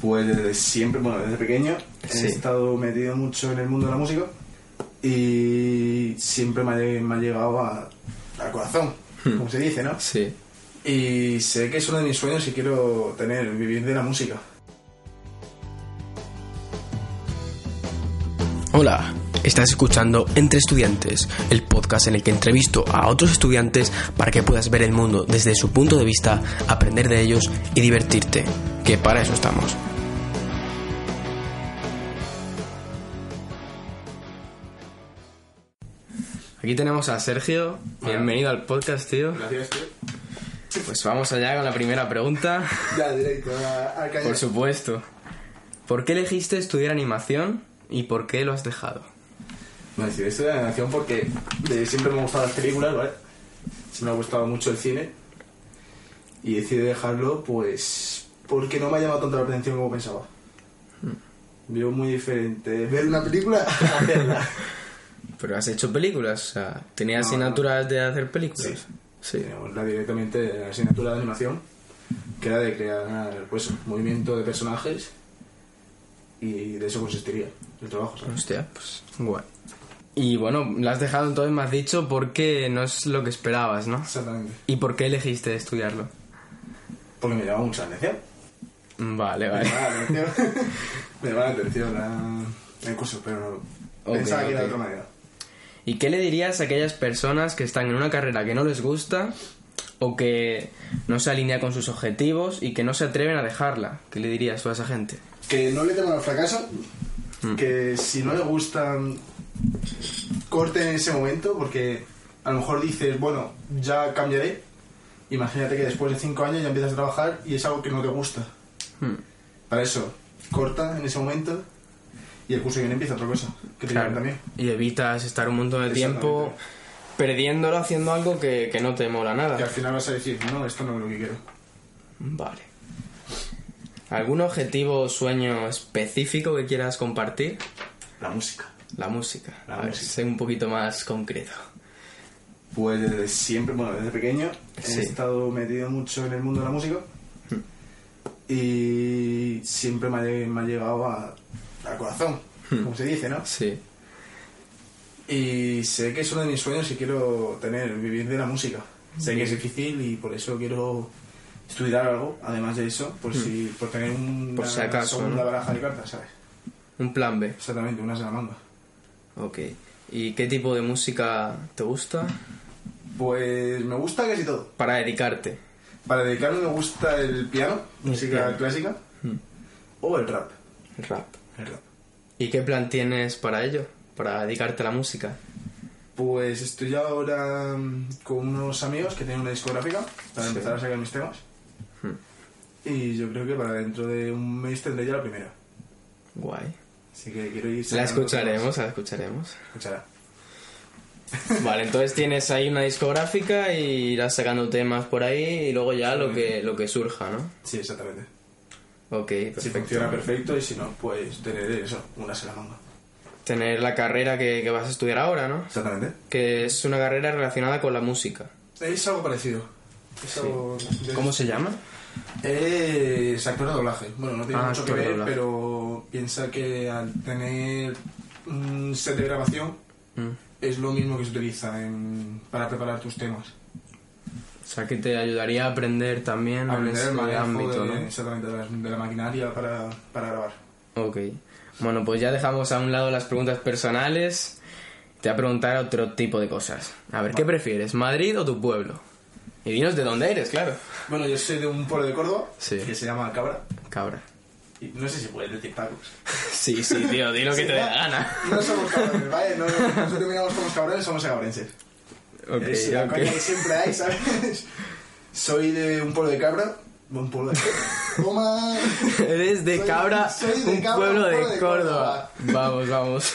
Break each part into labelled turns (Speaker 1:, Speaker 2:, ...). Speaker 1: Pues desde siempre, bueno, desde pequeño
Speaker 2: Sí.
Speaker 1: he estado metido mucho en el mundo de la música y siempre me ha, lle- me ha llegado a- al corazón,
Speaker 2: Hmm.
Speaker 1: como se dice, ¿no?
Speaker 2: Sí.
Speaker 1: Y sé que es uno de mis sueños y quiero tener, vivir de la música.
Speaker 3: Hola, estás escuchando Entre Estudiantes, el podcast en el que entrevisto a otros estudiantes para que puedas ver el mundo desde su punto de vista, aprender de ellos y divertirte, que para eso estamos. Aquí tenemos a Sergio, bienvenido al podcast, tío.
Speaker 1: Gracias, tío.
Speaker 3: Pues vamos allá con la primera pregunta,
Speaker 1: Ya, directo, al
Speaker 3: por supuesto. ¿Por qué elegiste estudiar animación y por qué lo has dejado?
Speaker 1: Bueno, decidí estudiar animación porque de siempre me han gustado las películas, ¿vale? Siempre me ha gustado mucho el cine. Y decidí dejarlo, pues, porque no me ha llamado tanto la atención como pensaba. Veo muy diferente ver una película a hacerla.
Speaker 3: Pero has hecho películas, o sea, tenías
Speaker 1: No,
Speaker 3: asignaturas de hacer películas. Sí.
Speaker 1: Teníamos la directamente la asignatura de animación, que era de crear, pues, movimiento de personajes. Y de eso consistiría el trabajo, ¿sabes?
Speaker 3: Hostia, pues guay. Y bueno, la has dejado entonces, me has dicho, porque no es lo que esperabas, ¿no?
Speaker 1: Exactamente.
Speaker 3: ¿Y por qué elegiste estudiarlo?
Speaker 1: Porque me llamaba mucho la atención.
Speaker 3: Vale,
Speaker 1: Me
Speaker 3: vale.
Speaker 1: llamaba la atención. me llamaba la atención la- el curso, pero no.
Speaker 3: Ok,
Speaker 1: pensaba que era de
Speaker 3: ok.
Speaker 1: otra manera.
Speaker 3: ¿Y qué le dirías a aquellas personas que están en una carrera que no les gusta o que no se alinea con sus objetivos y que no se atreven a dejarla? ¿Qué le dirías tú a esa gente?
Speaker 1: Que no le teman al fracaso, que si no le gustan, corten en ese momento, porque a lo mejor dices, bueno, ya cambiaré. Imagínate que después de cinco años ya empiezas a trabajar y es algo que no te gusta.
Speaker 3: Hmm.
Speaker 1: Para eso, corta en ese momento y el curso que viene empieza otra cosa, que te llaman también.
Speaker 3: Y evitas estar un montón de tiempo perdiéndolo haciendo algo que, que no te mola nada.
Speaker 1: Que al final vas a decir, no, esto no es lo que quiero.
Speaker 3: Vale. ¿Algún objetivo o sueño específico que quieras compartir?
Speaker 1: La música.
Speaker 3: La música.
Speaker 1: La
Speaker 3: a ver,
Speaker 1: música.
Speaker 3: sé un poquito más concreto.
Speaker 1: Pues desde siempre, bueno, desde pequeño
Speaker 3: Sí. Hmm.
Speaker 1: he estado metido mucho en el mundo de la música y siempre me ha, lle- me ha llegado a- al corazón,
Speaker 3: Hmm.
Speaker 1: como se dice, ¿no?
Speaker 3: Sí.
Speaker 1: Y sé que es uno de mis sueños y quiero tener, vivir de la música. Sé que es difícil y por eso quiero estudiar algo, además de eso, por, si, por tener una
Speaker 3: Hmm. Por si acaso,
Speaker 1: segunda
Speaker 3: ¿no?
Speaker 1: baraja de cartas, ¿sabes?
Speaker 3: Un plan B.
Speaker 1: Exactamente, una se la manga.
Speaker 3: Ok. ¿Y qué tipo de música te gusta?
Speaker 1: Pues me gusta casi todo.
Speaker 3: Para dedicarte.
Speaker 1: Para dedicarme me gusta el piano, música
Speaker 3: piano.
Speaker 1: clásica,
Speaker 3: Mm.
Speaker 1: o el rap.
Speaker 3: Rap.
Speaker 1: El rap.
Speaker 3: ¿Y qué plan tienes para ello? Para dedicarte a la música.
Speaker 1: Pues estoy ahora mm, con unos amigos que tienen una discográfica para
Speaker 3: Sí.
Speaker 1: empezar a sacar mis temas.
Speaker 3: Hmm.
Speaker 1: Y yo creo que para dentro de un mes tendré ya la primera.
Speaker 3: Guay.
Speaker 1: Así que quiero ir
Speaker 3: La
Speaker 1: sacando
Speaker 3: escucharemos, la escucharemos.
Speaker 1: temas. Escuchará.
Speaker 3: Vale, entonces tienes ahí una discográfica y irás sacando temas por ahí y luego ya lo que, lo que surja, ¿no?
Speaker 1: Sí, exactamente.
Speaker 3: Ok, perfecto.
Speaker 1: Si funciona perfecto y si no, pues tener eso, una se la manga.
Speaker 3: tener la carrera que, que vas a estudiar ahora, ¿no?
Speaker 1: Exactamente.
Speaker 3: Que es una carrera relacionada con la música.
Speaker 1: Es algo parecido. Es algo... de-
Speaker 3: ¿Cómo se llama?
Speaker 1: Es actor de doblaje. Bueno, no tiene
Speaker 3: Ah,
Speaker 1: mucho que
Speaker 3: actor de
Speaker 1: ver,
Speaker 3: doblaje.
Speaker 1: pero piensa que al tener un set de grabación
Speaker 3: Mm.
Speaker 1: es lo mismo que se utiliza en- para preparar tus temas.
Speaker 3: O sea, que te ayudaría a aprender también en
Speaker 1: Aprender
Speaker 3: ese
Speaker 1: el manejo
Speaker 3: ámbito,
Speaker 1: de, exactamente, de la, de la maquinaria para, para grabar.
Speaker 3: ¿no? Ok. Bueno, pues ya dejamos a un lado las preguntas personales. Te voy a preguntar otro tipo de cosas. A ver, ¿qué prefieres, Madrid o tu pueblo? Y dinos de dónde eres, claro.
Speaker 1: Bueno, yo soy de un pueblo de Córdoba
Speaker 3: Sí.
Speaker 1: que se llama Cabra.
Speaker 3: Cabra.
Speaker 1: Y no sé si puedes decir tacos.
Speaker 3: Sí, sí, tío, di lo que te dé la gana.
Speaker 1: No somos cabrones, ¿vale? No, no, no terminamos como cabrones, somos cabrenses.
Speaker 3: Ok,
Speaker 1: es la
Speaker 3: ok.
Speaker 1: coña que siempre hay, ¿sabes? Soy de un pueblo de cabra. Un pueblo de cabra. Toma.
Speaker 3: Eres de
Speaker 1: Soy-
Speaker 3: Cabra,
Speaker 1: soy de
Speaker 3: un
Speaker 1: Cabra,
Speaker 3: pueblo de, Córdoba. Vamos, vamos.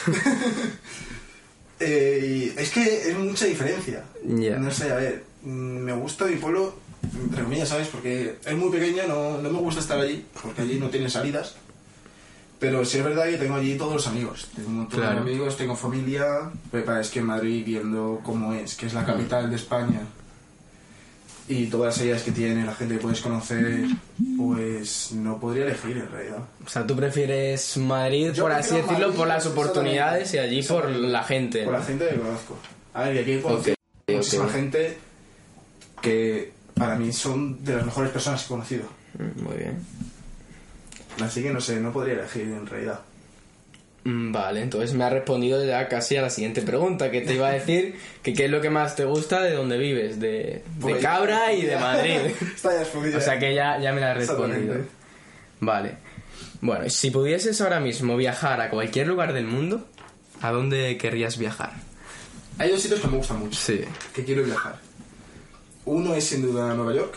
Speaker 1: Eh, y es que es mucha diferencia.
Speaker 3: Ya.
Speaker 1: No sé, a ver, mm, me gusta mi pueblo, entre comillas, ¿sabes? Porque es muy pequeño, no, no me gusta estar allí, porque allí no tiene salidas. Pero sí es verdad que tengo allí todos los amigos. Tengo un montón de
Speaker 3: Claro.
Speaker 1: amigos, tengo pues, familia. Pero es que en Madrid, viendo cómo es, que es la capital de España, Y todas ellas que tiene la gente que puedes conocer, pues no podría elegir en realidad.
Speaker 3: O sea, tú prefieres Madrid,
Speaker 1: Yo
Speaker 3: por así
Speaker 1: prefiero
Speaker 3: decirlo,
Speaker 1: Madrid,
Speaker 3: por las
Speaker 1: exactamente.
Speaker 3: oportunidades y allí por la gente.
Speaker 1: Por
Speaker 3: ¿no?
Speaker 1: la gente que conozco. A ver, y aquí
Speaker 3: Ok,
Speaker 1: conozco
Speaker 3: ok.
Speaker 1: muchísima gente que para mí son de las mejores personas que he conocido.
Speaker 3: Mm, Muy bien.
Speaker 1: Así que no sé, no podría elegir en realidad.
Speaker 3: Mm, Vale, entonces me ha respondido ya casi a la siguiente pregunta, que te iba a decir que qué es lo que más te gusta de donde vives, de, de
Speaker 1: Pues-
Speaker 3: Cabra y de Madrid.
Speaker 1: Esta ya es fluida.
Speaker 3: O sea que ya, ya me la has respondido.
Speaker 1: Exactamente.
Speaker 3: Vale. Bueno, y si pudieses ahora mismo viajar a cualquier lugar del mundo, ¿a dónde querrías viajar?
Speaker 1: Hay dos sitios que me gustan mucho,
Speaker 3: Sí.
Speaker 1: que quiero viajar. Uno es sin duda Nueva York,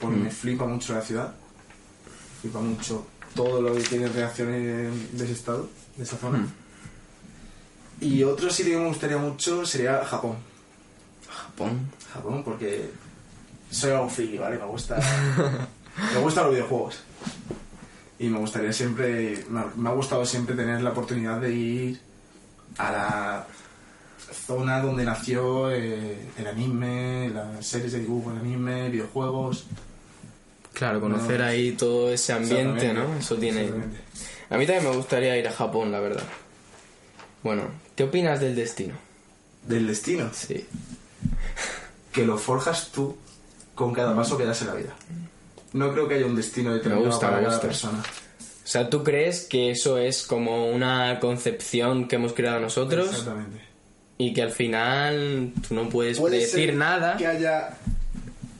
Speaker 1: porque
Speaker 3: Mm.
Speaker 1: me flipa mucho la ciudad. Me flipa mucho todo lo que tiene reacciones de ese estado, de esa zona.
Speaker 3: Mm.
Speaker 1: Y otro sitio que me gustaría mucho sería Japón.
Speaker 3: Japón.
Speaker 1: Japón porque soy algo friki, ¿vale? Me gusta. me gustan los videojuegos. Y me gustaría siempre. Me ha, me ha gustado siempre tener la oportunidad de ir a la zona donde nació eh, el anime, las series de dibujo, el anime, videojuegos.
Speaker 3: Claro, conocer
Speaker 1: No.
Speaker 3: ahí todo ese ambiente, ¿no?
Speaker 1: Exactamente.
Speaker 3: Eso tiene...
Speaker 1: Exactamente.
Speaker 3: A mí también me gustaría ir a Japón, la verdad. Bueno, ¿qué opinas del destino?
Speaker 1: Del destino.
Speaker 3: Sí.
Speaker 1: Que lo forjas tú con cada paso que das en la vida. No creo que haya un destino determinado
Speaker 3: gusta,
Speaker 1: para
Speaker 3: me
Speaker 1: cada
Speaker 3: gusta.
Speaker 1: persona.
Speaker 3: O sea, ¿tú crees que eso es como una concepción que hemos creado nosotros
Speaker 1: Exactamente.
Speaker 3: y que al final tú no puedes
Speaker 1: Puede
Speaker 3: decir
Speaker 1: ser
Speaker 3: nada?
Speaker 1: Que haya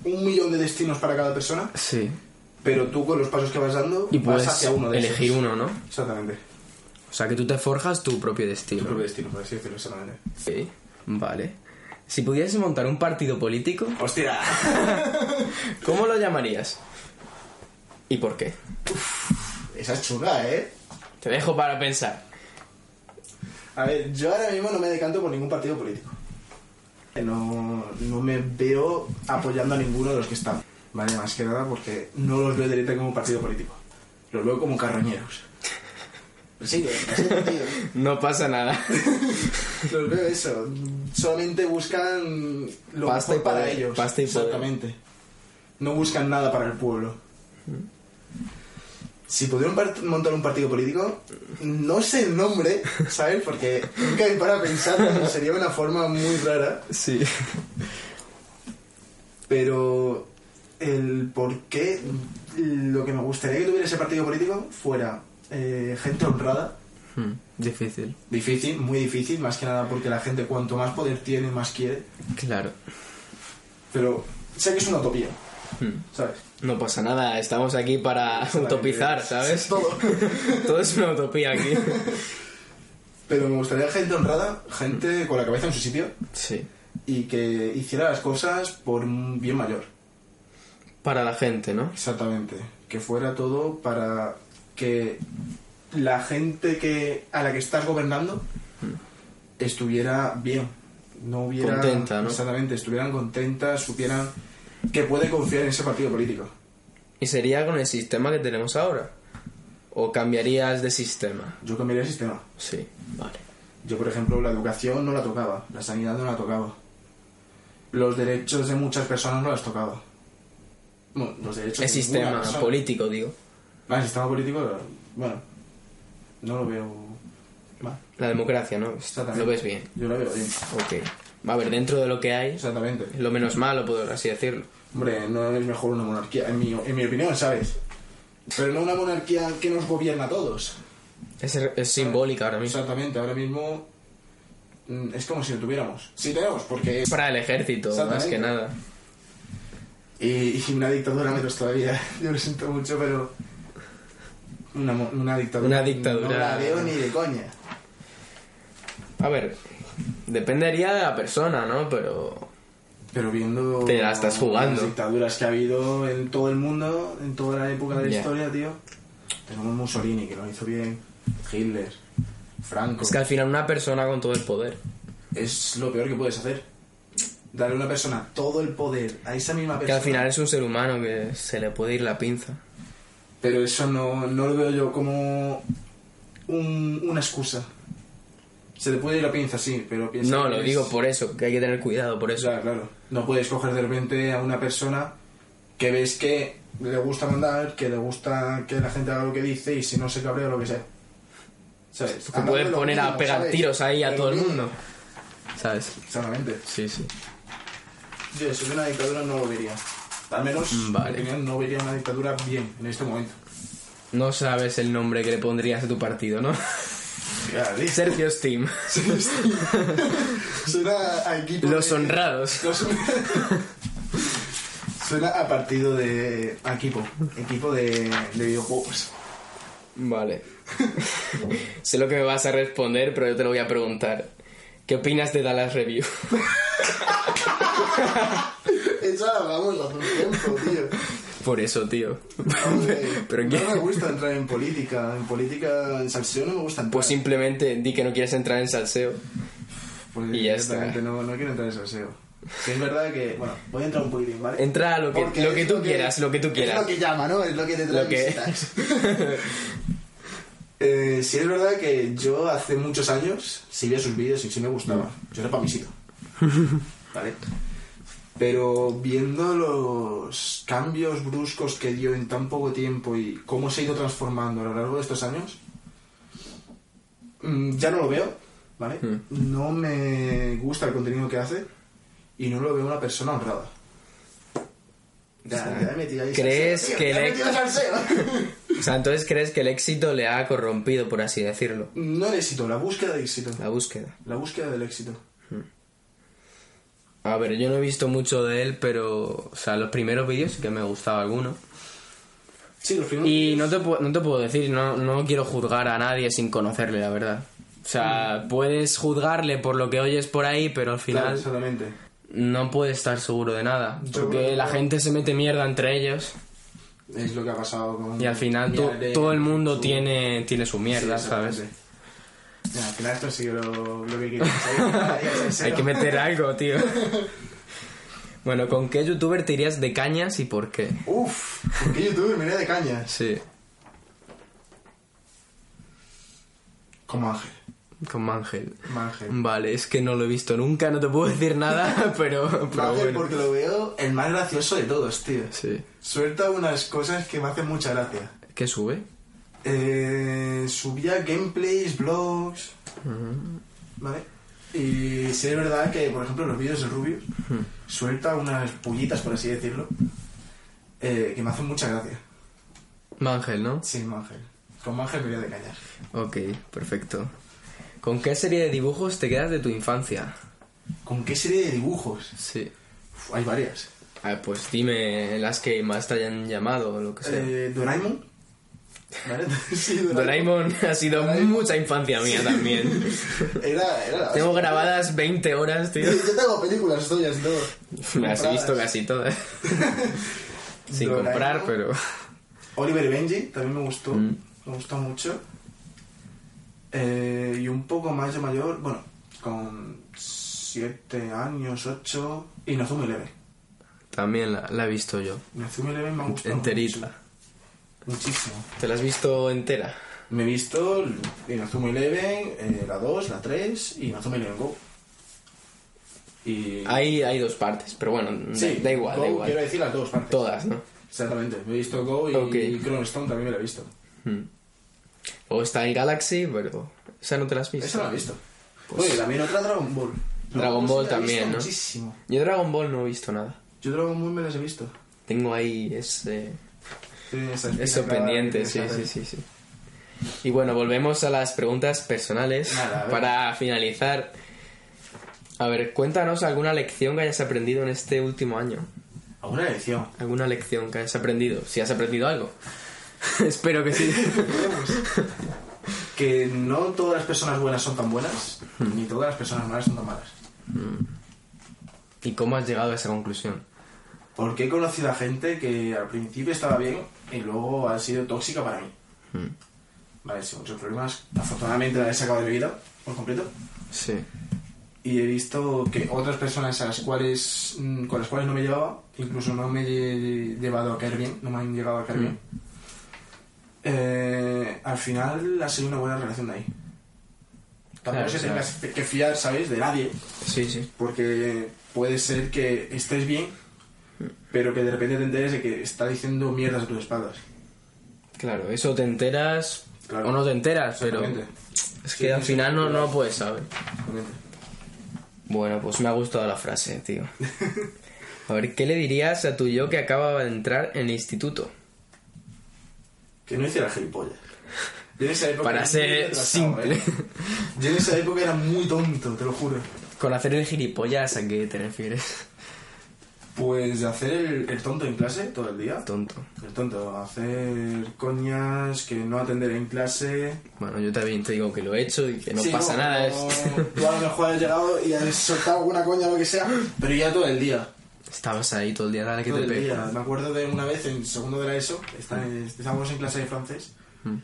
Speaker 1: un millón de destinos para cada persona,
Speaker 3: Sí.
Speaker 1: pero tú con los pasos que vas dando
Speaker 3: Y
Speaker 1: vas
Speaker 3: puedes
Speaker 1: hacia uno de
Speaker 3: elegir
Speaker 1: esos.
Speaker 3: uno, ¿no?
Speaker 1: Exactamente.
Speaker 3: O sea, que tú te forjas tu propio destino.
Speaker 1: Tu propio destino, por así decirlo, exactamente.
Speaker 3: Ok, Vale. Si pudieses montar un partido político,
Speaker 1: ¡Hostia!
Speaker 3: ¿cómo lo llamarías? ¿Y por qué?
Speaker 1: Esa es chunga, ¿eh?
Speaker 3: Te dejo para pensar.
Speaker 1: A ver, yo ahora mismo no me decanto por ningún partido político. No, no me veo apoyando a ninguno de los que están. Vale, más que nada porque no los veo directamente como partido político. Los veo como carroñeros. Sí, sí, tío.
Speaker 3: No pasa nada.
Speaker 1: Los veo eso. Solamente buscan lo
Speaker 3: Pasta
Speaker 1: mejor
Speaker 3: y
Speaker 1: para
Speaker 3: poder,
Speaker 1: ellos.
Speaker 3: pasta y poder.
Speaker 1: Exactamente. No buscan nada para el pueblo. Si pudieran par- montar un partido político, no sé el nombre, ¿sabes? Porque nunca he parado a pensar, sería una forma muy rara.
Speaker 3: Sí.
Speaker 1: Pero el por qué, lo que me gustaría que tuviera ese partido político fuera eh, gente honrada,
Speaker 3: Hmm. Difícil.
Speaker 1: difícil, muy difícil, más que nada porque la gente cuanto más poder tiene, más quiere.
Speaker 3: Claro.
Speaker 1: Pero sé que es una utopía, ¿sabes?
Speaker 3: No pasa nada, estamos aquí Hmm. para utopizar, ¿sabes?
Speaker 1: Todo.
Speaker 3: Todo es una utopía aquí.
Speaker 1: Pero me gustaría gente honrada, gente con la cabeza en su sitio
Speaker 3: Sí.
Speaker 1: y que hiciera las cosas por un bien mayor.
Speaker 3: Para la gente, ¿no?
Speaker 1: Exactamente. Que fuera todo para que la gente que a la que estás gobernando
Speaker 3: Hmm.
Speaker 1: estuviera bien. No hubiera.
Speaker 3: Contenta, ¿no?
Speaker 1: Exactamente, estuvieran contentas, supieran que puede confiar en ese partido político.
Speaker 3: ¿Y sería con el sistema que tenemos ahora? ¿O cambiarías de sistema?
Speaker 1: Yo cambiaría el sistema.
Speaker 3: Sí, vale.
Speaker 1: Yo, por ejemplo, la educación no la tocaba, la sanidad no la tocaba. Los derechos de muchas personas no las tocaba. Bueno, los derechos
Speaker 3: El
Speaker 1: de ninguna
Speaker 3: sistema
Speaker 1: persona.
Speaker 3: político, digo.
Speaker 1: Ah, el sistema político, bueno, no lo veo mal.
Speaker 3: La democracia, ¿no?
Speaker 1: Exactamente.
Speaker 3: Lo ves bien.
Speaker 1: Yo lo veo bien.
Speaker 3: Ok. Va a ver, dentro de lo que hay,
Speaker 1: Exactamente.
Speaker 3: lo menos malo, por así decirlo.
Speaker 1: Hombre, no es mejor una monarquía, en mi, en mi opinión, ¿sabes? Pero no una monarquía que nos gobierna a todos.
Speaker 3: Es, es simbólica ahora mismo.
Speaker 1: Exactamente, ahora mismo mm, es como si lo tuviéramos. Sí tenemos, porque...
Speaker 3: Es para el ejército, más
Speaker 1: Exactamente.
Speaker 3: que nada.
Speaker 1: Y, y una dictadura menos todavía. Yo lo siento mucho, pero. Una, mo- una dictadura.
Speaker 3: Una dictadura.
Speaker 1: No la veo ni de coña.
Speaker 3: A ver, dependería de la persona, ¿no? Pero...
Speaker 1: Pero viendo.
Speaker 3: Te la estás jugando.
Speaker 1: Las dictaduras que ha habido en todo el mundo, en toda la época de la
Speaker 3: Ya.
Speaker 1: historia, tío. Tenemos Mussolini, que lo hizo bien. Hitler. Franco.
Speaker 3: Es que al final una persona con todo el poder.
Speaker 1: Es lo peor que puedes hacer. Darle a una persona todo el poder a esa misma
Speaker 3: Que
Speaker 1: persona.
Speaker 3: al final es un ser humano que se le puede ir la pinza.
Speaker 1: Pero eso no, no lo veo yo como un- una excusa. Se te puede ir la pinza, sí, pero piensa.
Speaker 3: No,
Speaker 1: que
Speaker 3: lo
Speaker 1: es-
Speaker 3: digo por eso, que hay que tener cuidado por eso.
Speaker 1: Claro, claro. No puedes coger de repente a una persona que ves que le gusta mandar, que le gusta que la gente haga lo que dice y si no se cabrea lo que sea. ¿Sabes?
Speaker 3: Que pueden
Speaker 1: Hablando de lo
Speaker 3: poner a
Speaker 1: mínimo,
Speaker 3: pegar
Speaker 1: ¿sabes?
Speaker 3: tiros ahí a
Speaker 1: Pero
Speaker 3: todo el
Speaker 1: bien,
Speaker 3: mundo. ¿Sabes?
Speaker 1: Exactamente.
Speaker 3: Sí, sí.
Speaker 1: Yo, si hubiera una dictadura no lo vería. Al menos, en mi
Speaker 3: Vale.
Speaker 1: opinión, no vería una dictadura bien en este momento.
Speaker 3: No sabes el nombre que le pondrías a tu partido, ¿no?
Speaker 1: Ya, dice.
Speaker 3: Sergio Steam.
Speaker 1: Suena a equipo
Speaker 3: Los
Speaker 1: de-
Speaker 3: honrados.
Speaker 1: Los- Suena a partido de... a equipo. Equipo de, de videojuegos.
Speaker 3: Vale. sé lo que me vas a responder, pero yo te lo voy a preguntar. ¿Qué opinas de Dallas Review?
Speaker 1: Eso la hablamos hace un tiempo, tío.
Speaker 3: Por eso, tío.
Speaker 1: Hombre,
Speaker 3: Pero ¿qué?
Speaker 1: no me gusta entrar en política. En política, en salseo no me gusta entrar.
Speaker 3: Pues simplemente di que no quieres entrar en salseo.
Speaker 1: Pues
Speaker 3: y ya está.
Speaker 1: directamente No, no quiero entrar en salseo. Que es verdad que, bueno, voy a entrar un poquitín, ¿vale?
Speaker 3: Entra a lo que,
Speaker 1: Porque
Speaker 3: lo que
Speaker 1: es
Speaker 3: tú quieras, lo que tú
Speaker 1: Es
Speaker 3: quieras.
Speaker 1: lo que llama, ¿no? Es lo que te trae
Speaker 3: Lo que...
Speaker 1: visitas. Eh, sí es verdad que yo hace muchos años sí veía sus vídeos y sí me gustaba. Yo era pamisito. ¿Vale? Pero viendo los cambios bruscos que dio en tan poco tiempo y cómo se ha ido transformando a lo largo de estos años, mm, ya no lo veo, ¿vale?
Speaker 3: Hmm.
Speaker 1: No me gusta el contenido que hace y no lo veo una persona honrada. Ya, ya me tiráis al
Speaker 3: ¿crees
Speaker 1: seo, tío,
Speaker 3: que
Speaker 1: ya
Speaker 3: le-
Speaker 1: me tiráis al seo?
Speaker 3: o sea, entonces crees que el éxito le ha corrompido, por así decirlo.
Speaker 1: No el éxito, la búsqueda de éxito.
Speaker 3: La búsqueda.
Speaker 1: La búsqueda del éxito.
Speaker 3: A ver, yo no he visto mucho de él, pero... O sea, los primeros vídeos sí que me gustaba alguno.
Speaker 1: Sí, los primeros.
Speaker 3: Y no te, pu- no te puedo decir, no, no quiero juzgar a nadie sin conocerle, la verdad. O sea, puedes juzgarle por lo que oyes por ahí, pero al final
Speaker 1: solamente.
Speaker 3: no puedes estar seguro de nada.
Speaker 1: Yo creo
Speaker 3: Porque
Speaker 1: que
Speaker 3: la
Speaker 1: no.
Speaker 3: gente se mete mierda entre ellos
Speaker 1: Es lo que ha pasado con.
Speaker 3: y al final to-
Speaker 1: Miare-
Speaker 3: todo el mundo
Speaker 1: su-
Speaker 3: tiene, tiene su mierda,
Speaker 1: Sí,
Speaker 3: ¿sabes?
Speaker 1: exactamente. Ya, al final esto ha sido lo, lo que quería. decir.
Speaker 3: Hay que meter algo, tío. bueno, ¿con qué youtuber te irías de cañas y por qué?
Speaker 1: Uf, ¿por qué youtuber me iría de cañas?
Speaker 3: Sí,
Speaker 1: Como Ángel.
Speaker 3: con Ángel.
Speaker 1: Como Ángel.
Speaker 3: Vale, es que no lo he visto nunca, no te puedo decir nada, pero, pero
Speaker 1: Ángel,
Speaker 3: bueno.
Speaker 1: porque lo veo el más gracioso de todos, tío.
Speaker 3: Sí.
Speaker 1: Suelta unas cosas que me hacen mucha gracia.
Speaker 3: ¿Qué sube?
Speaker 1: Eh, subía gameplays, blogs. ¿Vale? Y sí es verdad que, por ejemplo, los vídeos de Rubius suelta unas pullitas, por así decirlo, eh, que me hacen mucha gracia.
Speaker 3: Ángel, ¿no?
Speaker 1: Sí, Mangel. Con Mangel me voy a de callar.
Speaker 3: Ok, perfecto. ¿Con qué serie de dibujos te quedas de tu infancia?
Speaker 1: ¿Con qué serie de dibujos?
Speaker 3: Sí.
Speaker 1: Uf, hay varias.
Speaker 3: Ah, pues dime las que más te hayan llamado o lo que sea.
Speaker 1: Eh, Doraemon. ¿Vale? Sí,
Speaker 3: Doraemon ha sido
Speaker 1: Doraemon.
Speaker 3: mucha infancia mía también.
Speaker 1: Era, era la
Speaker 3: Tengo
Speaker 1: hostia.
Speaker 3: grabadas 20 horas, tío.
Speaker 1: Yo tengo películas tuyas y todo.
Speaker 3: Me las he visto
Speaker 1: Compradas.
Speaker 3: casi todas. Sin
Speaker 1: Doraemon.
Speaker 3: comprar, pero...
Speaker 1: Oliver y Benji también me gustó,
Speaker 3: Mm.
Speaker 1: me gustó mucho. Eh, y un poco más de mayor, bueno, con 7 años, 8. Y Nozumi Eleven.
Speaker 3: También la, la he visto yo.
Speaker 1: Nozumi Eleven me ha gustado.
Speaker 3: Enterita.
Speaker 1: mucho, Muchísimo.
Speaker 3: ¿Te la has visto entera?
Speaker 1: Me he visto el- y Nozumi Eleven, eh, la 2, la 3 y Nozumi Eleven Go. Y.
Speaker 3: Hay, hay dos partes, pero bueno,
Speaker 1: sí,
Speaker 3: da, da igual,
Speaker 1: Go,
Speaker 3: da
Speaker 1: Quiero
Speaker 3: igual.
Speaker 1: decir las dos partes.
Speaker 3: Todas, ¿no?
Speaker 1: Exactamente. Me he visto Go y,
Speaker 3: Ok.
Speaker 1: y Chrono Stone también me la he visto.
Speaker 3: O Hmm. está el Galaxy, pero... Esa no te la has visto.
Speaker 1: Esa la he visto. Oye, también otra Dragon Ball.
Speaker 3: Dragon Ball
Speaker 1: sí la he visto
Speaker 3: también, ¿no?
Speaker 1: Muchísimo.
Speaker 3: Yo Dragon Ball no he visto nada.
Speaker 1: Yo Dragon Ball me las he visto.
Speaker 3: Tengo ahí ese,
Speaker 1: Sí, esas
Speaker 3: eso
Speaker 1: pizzas
Speaker 3: pendiente,
Speaker 1: que
Speaker 3: sí,
Speaker 1: tienes que
Speaker 3: sí,
Speaker 1: hacer.
Speaker 3: sí, sí. Y bueno, volvemos a las preguntas personales
Speaker 1: Nada, a ver.
Speaker 3: para finalizar. A ver, cuéntanos alguna lección que hayas aprendido en este último año.
Speaker 1: ¿Alguna elección?
Speaker 3: ¿Alguna lección que hayas aprendido? Si has aprendido algo. Espero que sí.
Speaker 1: que no todas las personas buenas son tan buenas,
Speaker 3: Hmm.
Speaker 1: ni todas las personas malas son tan malas.
Speaker 3: ¿Y cómo has llegado a esa conclusión?
Speaker 1: Porque he conocido a gente que al principio estaba bien y luego ha sido tóxica para mí.
Speaker 3: Hmm.
Speaker 1: Vale, sin muchos problemas. Afortunadamente la he sacado de mi vida por completo.
Speaker 3: Sí.
Speaker 1: Y he visto que otras personas a las cuales, mm, con las cuales no me llevaba, incluso no me he llevado a caer bien, no me han llegado a caer bien,
Speaker 3: Mm.
Speaker 1: eh, al final ha sido una buena relación de ahí. Tampoco
Speaker 3: Claro,
Speaker 1: se
Speaker 3: claro.
Speaker 1: tengas que fiar, ¿sabes? De nadie.
Speaker 3: Sí, sí.
Speaker 1: Porque puede ser que estés bien, pero que de repente te enteres de que está diciendo mierdas a tus espaldas.
Speaker 3: Claro, eso te enteras
Speaker 1: Claro.
Speaker 3: o no te enteras, pero
Speaker 1: Exactamente.
Speaker 3: es
Speaker 1: Sí,
Speaker 3: que al
Speaker 1: sí,
Speaker 3: final no,
Speaker 1: sí.
Speaker 3: no puedes saber. Bueno, pues me ha gustado la frase, tío. A ver, ¿qué le dirías a tu yo que acaba de entrar en el instituto?
Speaker 1: Que no hiciera gilipollas. Yo en esa época
Speaker 3: Para
Speaker 1: era muy
Speaker 3: ser
Speaker 1: retrasado,
Speaker 3: simple.
Speaker 1: ¿eh? Yo en esa época era muy tonto, te lo juro.
Speaker 3: Con hacer el gilipollas, ¿a qué te refieres?
Speaker 1: Pues de hacer el, el tonto en clase todo el día.
Speaker 3: Tonto.
Speaker 1: El tonto, hacer coñas, que no atender en clase.
Speaker 3: Bueno, yo también te digo que lo he hecho y que no
Speaker 1: Sí,
Speaker 3: pasa nada. ¿eh?
Speaker 1: no,
Speaker 3: es-
Speaker 1: Tú a lo mejor has llegado y has soltado alguna coña o lo que sea, pero ya todo el día.
Speaker 3: Estabas ahí todo el día, dale que
Speaker 1: Todo
Speaker 3: te
Speaker 1: el
Speaker 3: pego.
Speaker 1: día. Me acuerdo de una vez en segundo de la ESO, está- estábamos en clase de francés,
Speaker 3: Mm.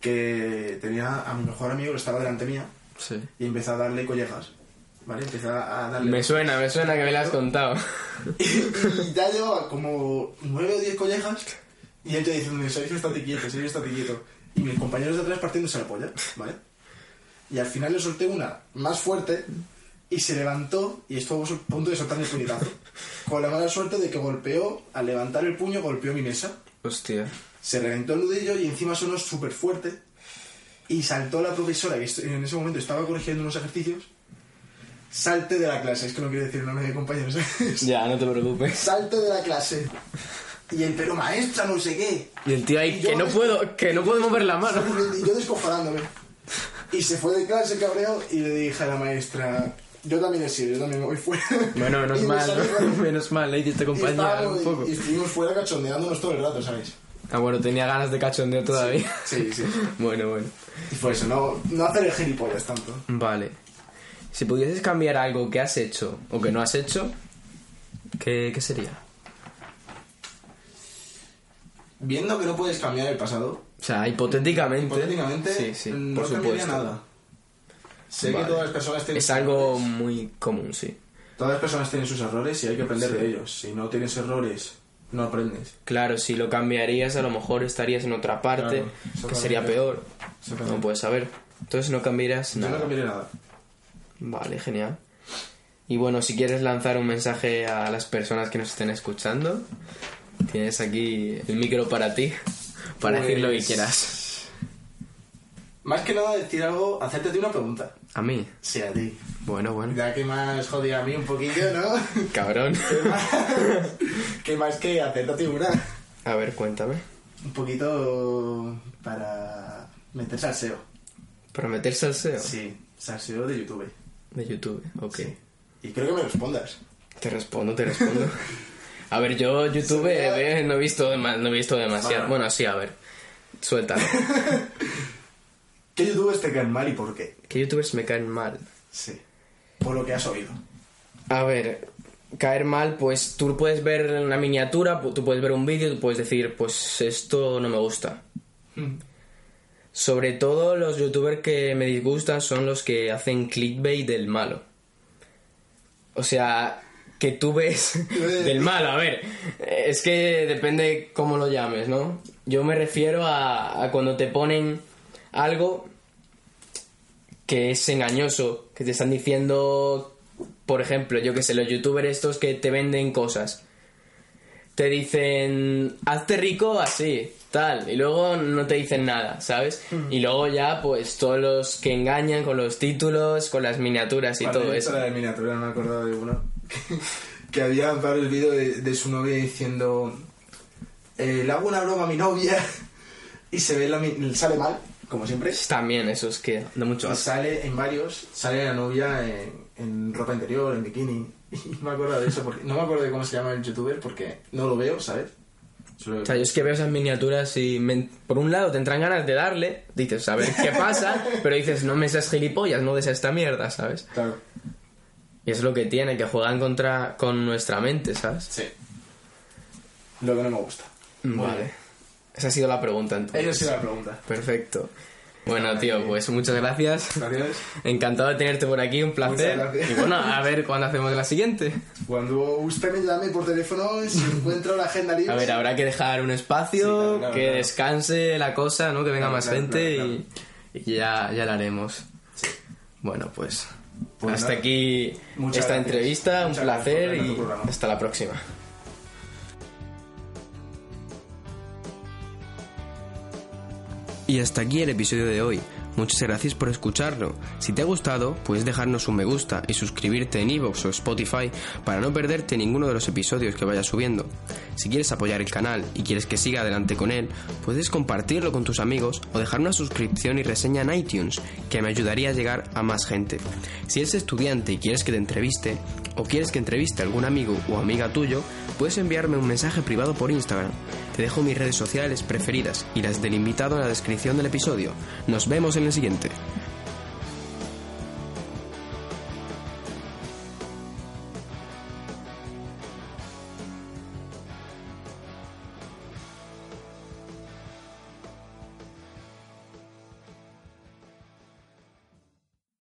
Speaker 1: que tenía a mi mejor amigo que estaba delante mía
Speaker 3: Sí.
Speaker 1: y empezó a darle collejas. ¿Vale? Empezó a darle.
Speaker 3: Me suena, me suena que me la has contado.
Speaker 1: y ya llevaba como nueve o diez collejas y él te diciendo, Sergio, estate quieto, Sergio, estate quieto. Y mis compañeros de atrás partiéndose la polla, ¿vale? Y al final le solté una más fuerte y se levantó y estuvo a punto de soltar el puñetazo. Con la mala suerte de que golpeó, al levantar el puño, golpeó mi mesa.
Speaker 3: Hostia.
Speaker 1: Se reventó el nudillo y encima sonó súper fuerte. Y saltó la profesora, que est- en ese momento estaba corrigiendo unos ejercicios. Salte de la clase, es que no quiero decir nombre de compañeros. ¿sabes?
Speaker 3: Ya, no te preocupes.
Speaker 1: salte de la clase. Y el pero maestra, no sé qué.
Speaker 3: Y el tío ahí,
Speaker 1: Y yo-
Speaker 3: que no puedo, que no puedo mover la mano.
Speaker 1: Y yo descojonándome. Y se fue de clase, cabreo, y le dije a la maestra, yo también he sido, yo también me voy fuera.
Speaker 3: Bueno, menos
Speaker 1: Y me
Speaker 3: mal,
Speaker 1: salí
Speaker 3: ¿no?
Speaker 1: fuera.
Speaker 3: menos mal, le hiciste
Speaker 1: Y
Speaker 3: compañía
Speaker 1: estábamos-
Speaker 3: un
Speaker 1: y-
Speaker 3: poco.
Speaker 1: Y estuvimos fuera cachondeándonos todo el rato, ¿sabéis?
Speaker 3: Ah, bueno, tenía ganas de cachondeo todavía.
Speaker 1: Sí, sí.
Speaker 3: Bueno, bueno.
Speaker 1: Y fue eso, no, no hacer el gilipollas tanto.
Speaker 3: Vale. Si pudieses cambiar algo que has hecho o que no has hecho, ¿qué, qué sería?
Speaker 1: Viendo que no puedes cambiar el pasado,
Speaker 3: O sea, hipotéticamente.
Speaker 1: hipotéticamente, mm,
Speaker 3: sí, sí,
Speaker 1: no
Speaker 3: por
Speaker 1: cambiaría
Speaker 3: supuesto.
Speaker 1: nada. Sé
Speaker 3: Vale.
Speaker 1: que todas las personas tienen...
Speaker 3: Es algo muy común, sí.
Speaker 1: Todas las personas tienen sus errores y hay que aprender
Speaker 3: Sí.
Speaker 1: de ellos. Si no tienes errores, no aprendes.
Speaker 3: Claro, si lo cambiarías, a lo mejor estarías en otra parte,
Speaker 1: Claro,
Speaker 3: que sería
Speaker 1: exactamente.
Speaker 3: peor.
Speaker 1: Exactamente.
Speaker 3: No puedes saber. Entonces no cambiarías
Speaker 1: Yo no
Speaker 3: nada.
Speaker 1: cambiaré nada.
Speaker 3: Vale, genial. Y bueno, si quieres lanzar un mensaje a las personas que nos estén escuchando, tienes aquí el micro para ti, para
Speaker 1: Pues-
Speaker 3: decir lo que quieras.
Speaker 1: Más que nada decir algo, hacerte a ti una pregunta.
Speaker 3: A mí.
Speaker 1: Sí, a ti.
Speaker 3: Bueno, bueno.
Speaker 1: Ya que más jodía a mí un poquillo, ¿no?
Speaker 3: Cabrón.
Speaker 1: que más que hacerte a ti una.
Speaker 3: A ver, cuéntame.
Speaker 1: Un poquito para meter salseo.
Speaker 3: ¿Para meterse al SEO?
Speaker 1: Sí, salseo de YouTube.
Speaker 3: De YouTube, ok.
Speaker 1: Sí. Y creo que me respondas.
Speaker 3: Te respondo, te respondo. A ver, yo YouTube
Speaker 1: Sería-
Speaker 3: eh, no, he visto dema- no he visto demasiado.
Speaker 1: Vale.
Speaker 3: Bueno, sí, a ver. Suéltalo.
Speaker 1: ¿Qué youtubers te caen mal y por qué?
Speaker 3: ¿Qué youtubers me caen mal?
Speaker 1: Sí. Por lo que has oído.
Speaker 3: A ver, caer mal, pues tú puedes ver una miniatura, pu- tú puedes ver un vídeo, tú puedes decir, pues esto no me gusta. Sobre todo los youtubers que me disgustan son los que hacen clickbait del malo. O sea, que tú ves del malo, a ver, es que depende cómo lo llames, ¿no? Yo me refiero a, a cuando te ponen algo que es engañoso, que te están diciendo, por ejemplo, yo que sé, los youtubers estos que te venden cosas. Te dicen, hazte rico así, tal, y luego no te dicen nada, ¿sabes?
Speaker 1: Mm.
Speaker 3: Y luego ya, pues, todos los que engañan con los títulos, con las miniaturas y
Speaker 1: Cuando
Speaker 3: todo
Speaker 1: he visto
Speaker 3: eso.
Speaker 1: La de miniatura, no me acordaba de uno. Que, que había varios vídeos de, de su novia diciendo: eh, Le hago una broma a mi novia. Y se ve la. mi- Sale mal, como siempre.
Speaker 3: También esos que da mucho
Speaker 1: Y
Speaker 3: asco.
Speaker 1: sale en varios. Sale la novia en, en ropa interior, en bikini. Y me acuerdo de eso. porque No me acuerdo de cómo se llama el youtuber porque no lo veo, ¿sabes? Solo-
Speaker 3: O sea, yo es que veo esas miniaturas y me- por un lado te entran ganas de darle, dices, a ver qué pasa, pero dices, no me seas gilipollas, no des a esta mierda, ¿sabes?
Speaker 1: Claro.
Speaker 3: Y es lo que tiene, que juegan contra con nuestra mente, ¿sabes?
Speaker 1: Sí. Lo que no me gusta.
Speaker 3: Vale. Esa ha sido la pregunta
Speaker 1: Esa ha
Speaker 3: entonces.
Speaker 1: sido la pregunta.
Speaker 3: Perfecto. Bueno, tío, pues muchas gracias.
Speaker 1: Gracias.
Speaker 3: Encantado de tenerte por aquí, un placer.
Speaker 1: Muchas gracias.
Speaker 3: Y bueno, a ver cuándo hacemos la siguiente.
Speaker 1: Cuando usted me llame por teléfono, si encuentro la agenda libre.
Speaker 3: A ver, habrá que dejar un espacio,
Speaker 1: Sí, claro, claro,
Speaker 3: que
Speaker 1: claro.
Speaker 3: descanse la cosa, ¿no? Que venga
Speaker 1: Claro,
Speaker 3: más
Speaker 1: claro,
Speaker 3: gente
Speaker 1: claro,
Speaker 3: y, y ya, ya la haremos.
Speaker 2: Bueno, pues,
Speaker 1: Pues
Speaker 2: hasta
Speaker 1: nada.
Speaker 2: aquí
Speaker 1: Muchas
Speaker 2: esta
Speaker 1: gracias.
Speaker 2: entrevista,
Speaker 1: Muchas
Speaker 2: un
Speaker 1: gracias por
Speaker 2: placer
Speaker 1: tener tu
Speaker 2: y
Speaker 1: programa.
Speaker 2: hasta la próxima.
Speaker 3: Y hasta aquí el episodio de hoy. Muchas gracias por escucharlo. Si te ha gustado, puedes dejarnos un me gusta y suscribirte en iVoox o Spotify para no perderte ninguno de los episodios que vaya subiendo. Si quieres apoyar el canal y quieres que siga adelante con él, puedes compartirlo con tus amigos o dejar una suscripción y reseña en iTunes, que me ayudaría a llegar a más gente. Si eres estudiante y quieres que te entreviste, o quieres que entreviste a algún amigo o amiga tuyo, puedes enviarme un mensaje privado por Instagram. Te dejo mis redes sociales preferidas y las del invitado en la descripción del episodio. Nos vemos en el siguiente.